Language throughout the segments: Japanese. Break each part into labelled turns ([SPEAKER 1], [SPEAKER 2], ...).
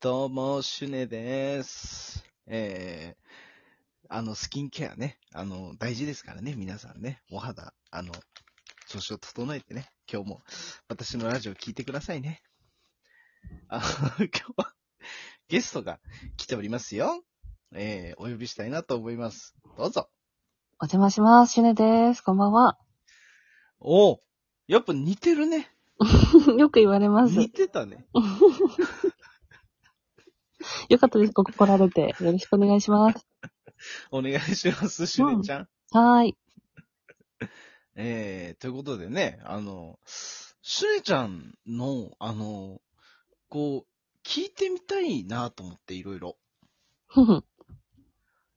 [SPEAKER 1] どうも、シュネです。えー、あの、スキンケアね、あの、大事ですからね、皆さんね、お肌、あの、調子を整えてね、今日も、私のラジオ聞いてくださいね。あ 今日は、ゲストが来ておりますよ。えー、お呼びしたいなと思います。どうぞ。
[SPEAKER 2] お邪魔します。シュネです。こんばんは。
[SPEAKER 1] おおやっぱ似てるね。
[SPEAKER 2] よく言われます。
[SPEAKER 1] 似てたね。
[SPEAKER 2] よかったです。ここ来られて。よろしくお願いします。
[SPEAKER 1] お願いします、シュネちゃん。
[SPEAKER 2] はーい。
[SPEAKER 1] ええということでね、あの、シュネちゃんの、あの、こう、聞いてみたいなと思っていろいろ。
[SPEAKER 2] ふふ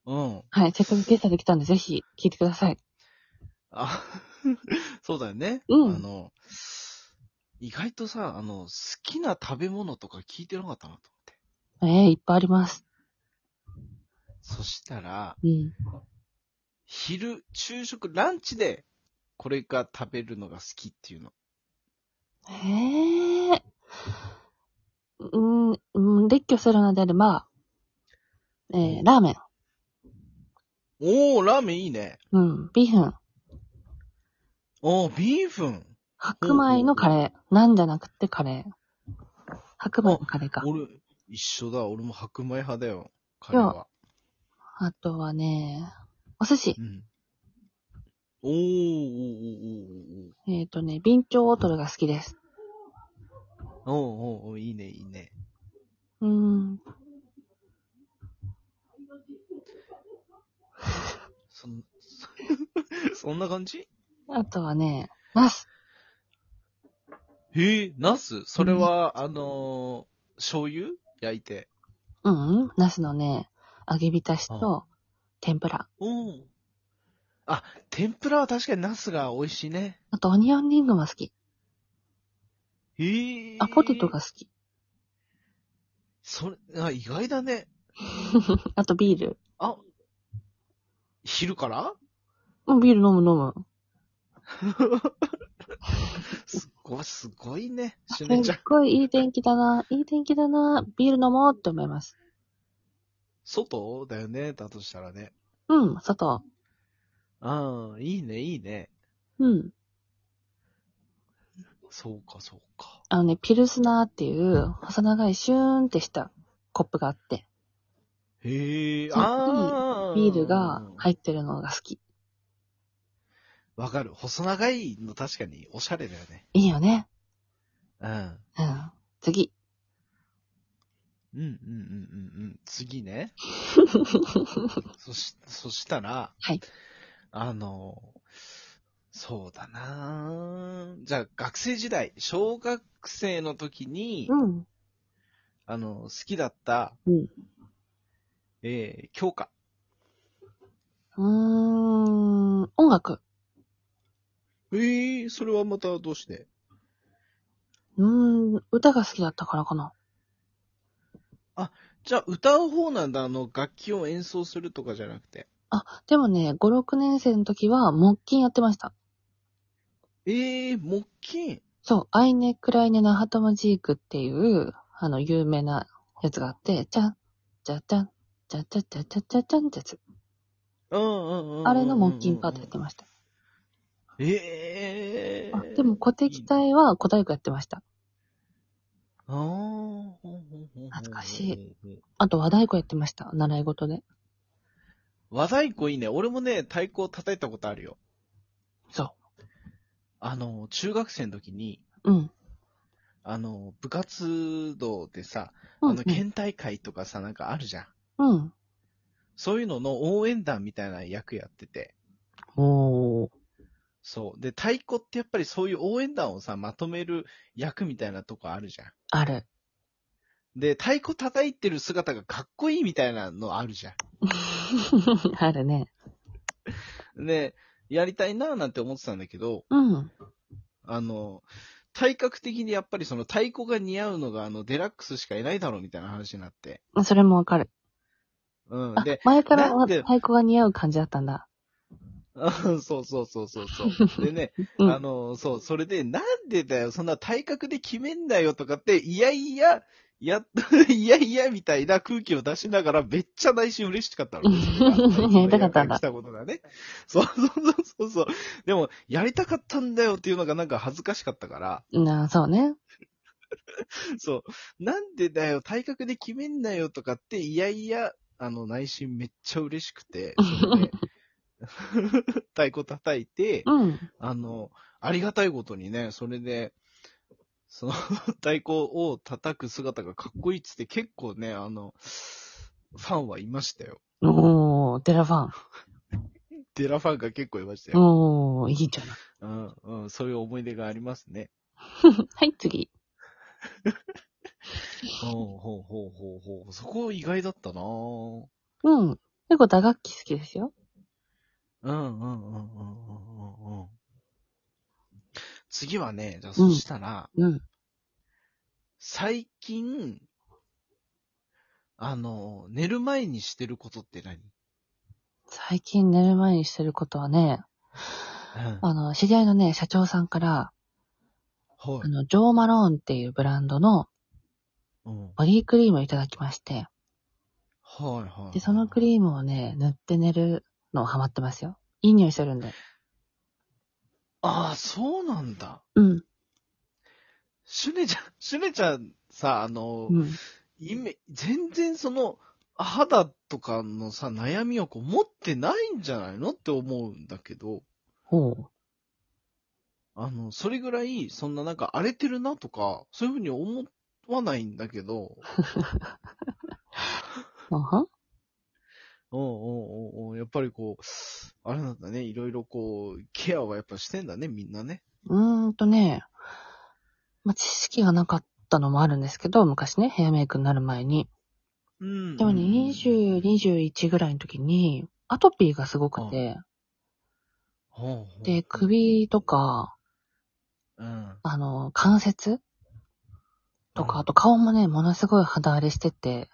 [SPEAKER 1] うん。
[SPEAKER 2] はい。せっかくゲストで来たんで、ぜひ聞いてください。
[SPEAKER 1] あ、 そうだよね。
[SPEAKER 2] うん
[SPEAKER 1] あの、意外とさ、あの、好きな食べ物とか聞いてなかったなと思って。
[SPEAKER 2] ええいっぱいあります。
[SPEAKER 1] そしたら、
[SPEAKER 2] うん。
[SPEAKER 1] 昼、昼食、ランチで、これが食べるのが好きっていうの。
[SPEAKER 2] ええうん、うん、列挙するのであれば、えー、ラーメン。
[SPEAKER 1] おー、ラーメンいいね。
[SPEAKER 2] うん。ビーフン。
[SPEAKER 1] おー、ビーフン。
[SPEAKER 2] 白米のカレー。なんじゃなくてカレー。白米のカレーか。
[SPEAKER 1] 俺、一緒だ。俺も白米派だよ。彼は。
[SPEAKER 2] あとはね、お寿司
[SPEAKER 1] う。ん。おー、おー、お
[SPEAKER 2] えっ、とね、ビンチョウオトルが好きです。
[SPEAKER 1] ー、おー、おー、おーおーおーいいね、いいね。
[SPEAKER 2] うん。
[SPEAKER 1] そん、 そんな感じ
[SPEAKER 2] あとはね、ナス。
[SPEAKER 1] へえ、ナスそれは、あのー、醤油焼いて。
[SPEAKER 2] うん、ナスのね、揚げ浸しと天ぷら。
[SPEAKER 1] おー。あ、天ぷらは確かにナスが美味しいね。
[SPEAKER 2] あとオニオンリングも好き。
[SPEAKER 1] へえ。
[SPEAKER 2] あ、ポテトが。好き。
[SPEAKER 1] それ、あ、意外だね。
[SPEAKER 2] あとビール。
[SPEAKER 1] あ、昼から
[SPEAKER 2] うん、ビール飲む飲む。
[SPEAKER 1] すごい、すごいね。しゅね
[SPEAKER 2] す
[SPEAKER 1] ちゃ
[SPEAKER 2] っ
[SPEAKER 1] ん。
[SPEAKER 2] ごいいい天気だな、いい天気だな、ビール飲もうって思います。
[SPEAKER 1] 外だよね。だとしたらね。
[SPEAKER 2] うん、外。
[SPEAKER 1] ああ、いいね、いいね。
[SPEAKER 2] うん。
[SPEAKER 1] そうか、そうか。
[SPEAKER 2] あのね、ピルスナーっていう、細長いシューンってしたコップがあって、
[SPEAKER 1] へえ、
[SPEAKER 2] そこに
[SPEAKER 1] ああ。
[SPEAKER 2] ビールが入ってるのが好き。
[SPEAKER 1] わかる。細長いの確かにおしゃれだよね。
[SPEAKER 2] いいよね。
[SPEAKER 1] うん。
[SPEAKER 2] うん。次。
[SPEAKER 1] うんうんうんうんうん。次ね。そし、そしたら、
[SPEAKER 2] はい。
[SPEAKER 1] あの、そうだなじゃあ学生時代、小学生の時に、
[SPEAKER 2] うん。
[SPEAKER 1] あの、好きだった、
[SPEAKER 2] うん
[SPEAKER 1] えー、教科。
[SPEAKER 2] うーん、音楽。
[SPEAKER 1] ええそれはまたどうして
[SPEAKER 2] うーん、歌が好きだったからかな。
[SPEAKER 1] じゃあ歌う方なんだ、あの、楽器を演奏するとかじゃなくて。
[SPEAKER 2] あ、でもね、5、6年生の時は木琴やってました。
[SPEAKER 1] ええ木琴。
[SPEAKER 2] そう、アイネ・クライネ・ナハトマジークっていう、あの、有名なやつがあって、ちゃん、ちゃちゃん、ちゃちゃちゃちゃちゃちゃんってやつ。
[SPEAKER 1] うんうんうんうんうんうん。
[SPEAKER 2] あれの木琴パートやってました。
[SPEAKER 1] ええ
[SPEAKER 2] あでも、小手機隊は小太鼓やってました。
[SPEAKER 1] ああ。
[SPEAKER 2] 懐かし
[SPEAKER 1] い。
[SPEAKER 2] あと、和太鼓やってました。習い事で。
[SPEAKER 1] 和太鼓いいね。俺もね、太鼓を叩いたことあるよ。
[SPEAKER 2] そ
[SPEAKER 1] あの、中学生の時に、
[SPEAKER 2] う。うん。
[SPEAKER 1] あの、部活動でさ、
[SPEAKER 2] う
[SPEAKER 1] あの、
[SPEAKER 2] ん。
[SPEAKER 1] 県大会とかさ、なんかあるじゃん。
[SPEAKER 2] うん。
[SPEAKER 1] そういうのの応援団みたいな役やってて。
[SPEAKER 2] おー。
[SPEAKER 1] そう。で、太鼓ってやっぱりそういう応援団をさ、まとめる役みたいなとこあるじゃん。
[SPEAKER 2] ある。
[SPEAKER 1] で、太鼓叩いてる姿がかっこいいみたいなのあるじゃ
[SPEAKER 2] あるね。
[SPEAKER 1] ん。で、やりたいなぁなんて思ってたんだけど、
[SPEAKER 2] うん。
[SPEAKER 1] あの、体格的にやっぱりその太鼓が似合うのがあのデラックスしかいないだろうみたいな話になって。
[SPEAKER 2] それもわかる。
[SPEAKER 1] うん
[SPEAKER 2] あ。
[SPEAKER 1] で、
[SPEAKER 2] 前から
[SPEAKER 1] なん
[SPEAKER 2] 太
[SPEAKER 1] で
[SPEAKER 2] 鼓が似合う感じだったんだ。
[SPEAKER 1] うんそうそうそうそうそう。でね、
[SPEAKER 2] うん
[SPEAKER 1] あの、そう、それでなんでだよ、そんな体格で決めんなよとかって、いやいややっと、 いやいや、みたいな空気を出しながら、めっちゃ内心嬉しか ったの。
[SPEAKER 2] やりたかったんだ
[SPEAKER 1] 来たことがね。そうそうそうそうそう。でも、やりたかったんだよっていうのがなんか恥ずかしかったから、
[SPEAKER 2] なあ、そうね。
[SPEAKER 1] そう。なんでだよ、体格で決めんなよとかって、いやいや、あの、内心めっちゃ嬉しくて、それ で 太鼓叩いて、
[SPEAKER 2] うん。
[SPEAKER 1] あの、ありがたいことにね、それで、その 太鼓を叩く姿がかっこいいっつって結構ね、あの、ファンはいましたよ。
[SPEAKER 2] おー、テラファン。
[SPEAKER 1] デラファンが結構いましたよ。
[SPEAKER 2] おー、いいじゃない。
[SPEAKER 1] うん、うん、そういう思い出がありますね。
[SPEAKER 2] はい、次。
[SPEAKER 1] ほうほうほうほうほう。そこ意外だったなぁ。
[SPEAKER 2] うん。結構打楽器好きですよ。
[SPEAKER 1] うんうんうんうんうんうんうん。次はね、じゃあ
[SPEAKER 2] う
[SPEAKER 1] そ
[SPEAKER 2] ん
[SPEAKER 1] したら、
[SPEAKER 2] うん。
[SPEAKER 1] 最近、あの、寝る前にしてることって何
[SPEAKER 2] 最近寝る前にしてることはね、
[SPEAKER 1] うん。
[SPEAKER 2] あの、知り合いのね、社長さんから、
[SPEAKER 1] は
[SPEAKER 2] あ
[SPEAKER 1] い。
[SPEAKER 2] の、ジョーマローンっていうブランドの
[SPEAKER 1] うん。はい
[SPEAKER 2] ボディクリームをいただきまして、
[SPEAKER 1] はい。
[SPEAKER 2] で、そのクリームをね、塗って寝るのハマってますよ。いい匂いするんで。
[SPEAKER 1] ああ、そうなんだ。
[SPEAKER 2] うん。
[SPEAKER 1] シュネちゃん、シュネちゃんさ、あの、
[SPEAKER 2] うん。
[SPEAKER 1] イメ全然その、肌とかのさ、悩みをこう持ってないんじゃないのって思うんだけど、
[SPEAKER 2] ほう。
[SPEAKER 1] あの、それぐらい、そんななんか荒れてるなとか、そういうふうに思わないんだけ ど、
[SPEAKER 2] あは
[SPEAKER 1] おうおうおうおうやっぱりこう、あれなんだね、いろいろこう、ケアはやっぱしてんだね、みんなね。
[SPEAKER 2] うーんとね、まあ、知識がなかったのもあるんですけど、昔ね、ヘアメイクになる前に。
[SPEAKER 1] うん
[SPEAKER 2] でもね、20、21ぐらいの時に、アトピーがすごくて、
[SPEAKER 1] ほうほう
[SPEAKER 2] で、、首とか、
[SPEAKER 1] うん。
[SPEAKER 2] あの、関節と
[SPEAKER 1] うん
[SPEAKER 2] か、あと顔もね、ものすごい肌荒れしてて、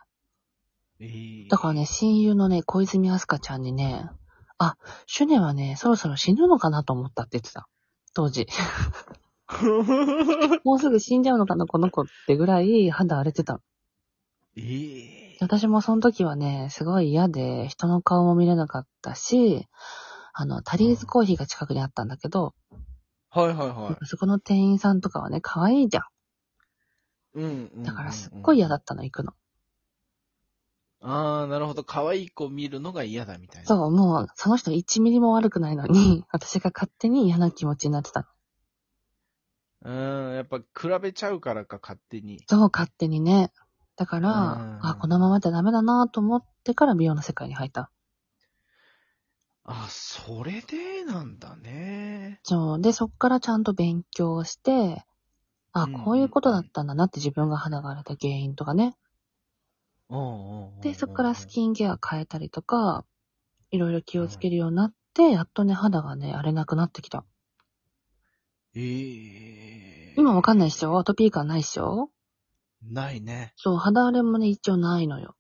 [SPEAKER 1] えー
[SPEAKER 2] だからね、親友のね、小泉明日香ちゃんにね、あ、シュネはね、そろそろ死ぬのかなと思ったって言ってた。当時。もうすぐ死んじゃうのかな、この子ってぐらい肌荒れてたの。
[SPEAKER 1] えー
[SPEAKER 2] 私もその時はね、すごい嫌で、人の顔も見れなかったし、あの、タリーズコーヒーが近くにあったんだけど、
[SPEAKER 1] はいはい
[SPEAKER 2] なん
[SPEAKER 1] は
[SPEAKER 2] かそこの店員さんとかはね、可愛いじゃ。
[SPEAKER 1] い。うんうんうんうんん
[SPEAKER 2] だからすっごい嫌だったの、行くの。
[SPEAKER 1] ああ、なるほど。可愛い子見るのが嫌だみたいな。
[SPEAKER 2] そう、もう、その人1ミリも悪くないのに、 私が勝手に嫌な気持ちになってた。
[SPEAKER 1] うーん、やっぱ比べちゃうからか、勝手に。
[SPEAKER 2] そう、勝手にね。だから、
[SPEAKER 1] うん
[SPEAKER 2] あ、このままじゃダメだなと思ってから美容の世界に入った。
[SPEAKER 1] あ、それでなんだね。
[SPEAKER 2] そう、で、そっからちゃんと勉強して、あ、
[SPEAKER 1] うん
[SPEAKER 2] こういうことだったんだなって自分が肌が荒れた原因とかね。
[SPEAKER 1] うんうんうん
[SPEAKER 2] で、そこからス
[SPEAKER 1] ン。
[SPEAKER 2] キンケア変えたりとか、いろいろ気をつけるようになって、やっとね、肌がね、荒れなくなってきた。
[SPEAKER 1] ええ
[SPEAKER 2] 今わかんないっしょアトピー感ないっしょ
[SPEAKER 1] ないね。
[SPEAKER 2] そう、肌荒れもね、一応ないのよ。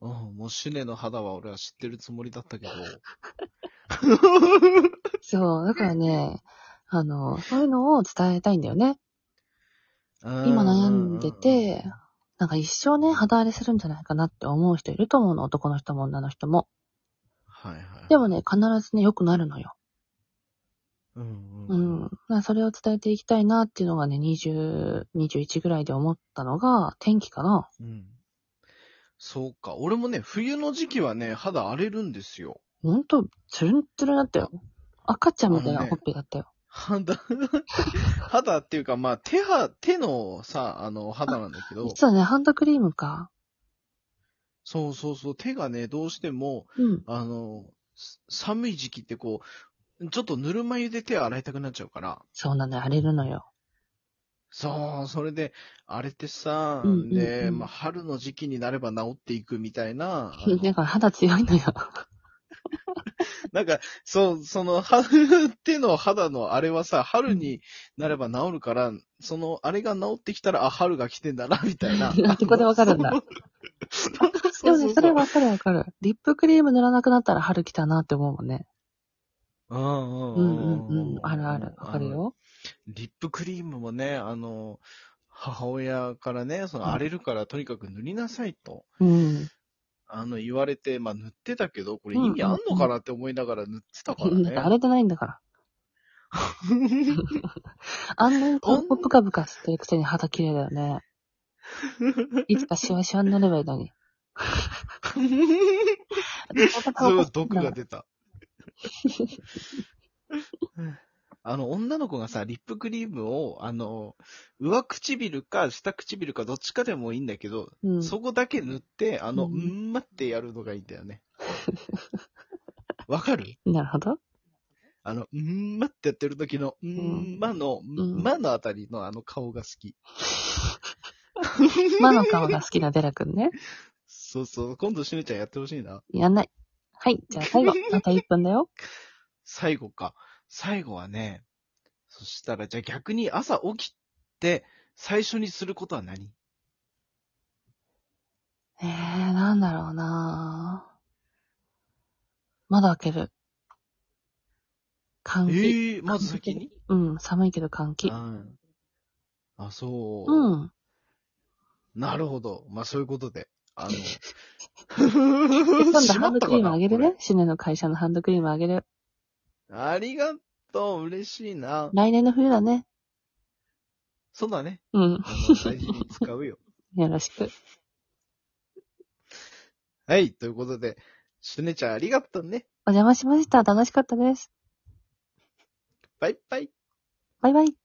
[SPEAKER 1] うん、もうシュネの肌は俺は知ってるつもりだったけど。
[SPEAKER 2] そう、だから ね、あの、そういうのを伝えたいんだよね。今
[SPEAKER 1] 今
[SPEAKER 2] 悩んでて、なんか一生ね、肌荒れするんじゃないかなって思う人いると思うの。男の人も女の人も。
[SPEAKER 1] はいはい。
[SPEAKER 2] でもね、必ずね、良くなるのよ。
[SPEAKER 1] うん
[SPEAKER 2] う
[SPEAKER 1] うん
[SPEAKER 2] ん。まあそれを伝えていきたいなっていうのがね、20、21ぐらいで思ったのが、天気かな。
[SPEAKER 1] うん。そうか。俺もね、冬の時期はね、肌荒れるんですよ。
[SPEAKER 2] ほんと、ツルンツルンだったよ。赤ちゃんみたい
[SPEAKER 1] あの
[SPEAKER 2] な
[SPEAKER 1] ね
[SPEAKER 2] ほっぺだったよ。
[SPEAKER 1] 肌、肌っていうか、まあ、手は、手のさ、あの、肌なんだけど、
[SPEAKER 2] 実はね、ハンドクリームか。
[SPEAKER 1] そうそうそう、手がね、どうしても、
[SPEAKER 2] うん。
[SPEAKER 1] あの、す寒い時期ってこう、ちょっとぬるま湯で手洗いたくなっちゃうから、
[SPEAKER 2] そうなのよ、荒れるのよ。
[SPEAKER 1] そう、それで、荒れてさ、
[SPEAKER 2] うんうんうん
[SPEAKER 1] で、まあ、春の時期になれば治っていくみたい な、あの
[SPEAKER 2] だから肌強い のよ。。
[SPEAKER 1] なんか、そう、その、は手の肌のあれはさ、春になれば治るから、その、あれが治ってきたら、あ、春が来てんだな、みたいな
[SPEAKER 2] そこでわかるんだ
[SPEAKER 1] そう。
[SPEAKER 2] で
[SPEAKER 1] そ
[SPEAKER 2] も
[SPEAKER 1] うそ
[SPEAKER 2] ね、
[SPEAKER 1] う
[SPEAKER 2] それ
[SPEAKER 1] そう。
[SPEAKER 2] わかるわかる。リップクリーム塗らなくなったら春来たなって思うもんね。
[SPEAKER 1] うん
[SPEAKER 2] うんうんうん。あるある。わかる。
[SPEAKER 1] の
[SPEAKER 2] よ。
[SPEAKER 1] リップクリームもね、あの、母親からね、その
[SPEAKER 2] うん
[SPEAKER 1] 荒れるからとにかく塗りなさいと、
[SPEAKER 2] うん。
[SPEAKER 1] あの、言われて、まあ塗ってたけど、これ意味あんのかなって思いながら塗ってたから
[SPEAKER 2] だって荒
[SPEAKER 1] ね。
[SPEAKER 2] れてないんだから。あんなにタンポブカブカしてるくせに肌綺麗だよ ね。いつかシワシワになればいいのに。
[SPEAKER 1] それは毒が出 た。あの、女の子がさ、リップクリームを、あの、上唇か下唇かどっちかでもいいんだけど、
[SPEAKER 2] うん。
[SPEAKER 1] そこだけ塗って、あの、
[SPEAKER 2] う
[SPEAKER 1] うんん、まってやるのがいいんだよ ね。わかる
[SPEAKER 2] なるほど。
[SPEAKER 1] あの、うんまってやってる時の、う
[SPEAKER 2] うん
[SPEAKER 1] んまの、
[SPEAKER 2] ん
[SPEAKER 1] まのあたりのあの顔が好き。
[SPEAKER 2] マの顔が好きなデラ君ね。
[SPEAKER 1] そうそう、今度しねちゃんやってほしいな。
[SPEAKER 2] やんない。はい。じゃあ 最後。また1分だよ。
[SPEAKER 1] 最後か。最後はね、そしたら、じゃあ逆に朝起きて、最初にすることは何
[SPEAKER 2] えー、なんだろうな窓開ける。換気。
[SPEAKER 1] ええまず先に
[SPEAKER 2] うん。寒いけど換気。
[SPEAKER 1] うん。あ、そう。
[SPEAKER 2] うん。
[SPEAKER 1] なるほど。まあ、そういうことで。あの、
[SPEAKER 2] で 今度
[SPEAKER 1] 閉
[SPEAKER 2] ハ
[SPEAKER 1] ま
[SPEAKER 2] ン
[SPEAKER 1] っ
[SPEAKER 2] ド
[SPEAKER 1] た
[SPEAKER 2] クリ
[SPEAKER 1] か
[SPEAKER 2] ーム
[SPEAKER 1] な
[SPEAKER 2] あげるね。シネの会社のハンドクリームあげる。
[SPEAKER 1] これありがとう。嬉しいな。
[SPEAKER 2] 来年の冬だね。
[SPEAKER 1] そうだ ね。
[SPEAKER 2] うん。
[SPEAKER 1] あの大事に使うよ。
[SPEAKER 2] よろしく。
[SPEAKER 1] はい。ということで、しゅねちゃんありがとうね。
[SPEAKER 2] お邪魔しました。楽しかったです。
[SPEAKER 1] バイバイ。
[SPEAKER 2] バイバイ。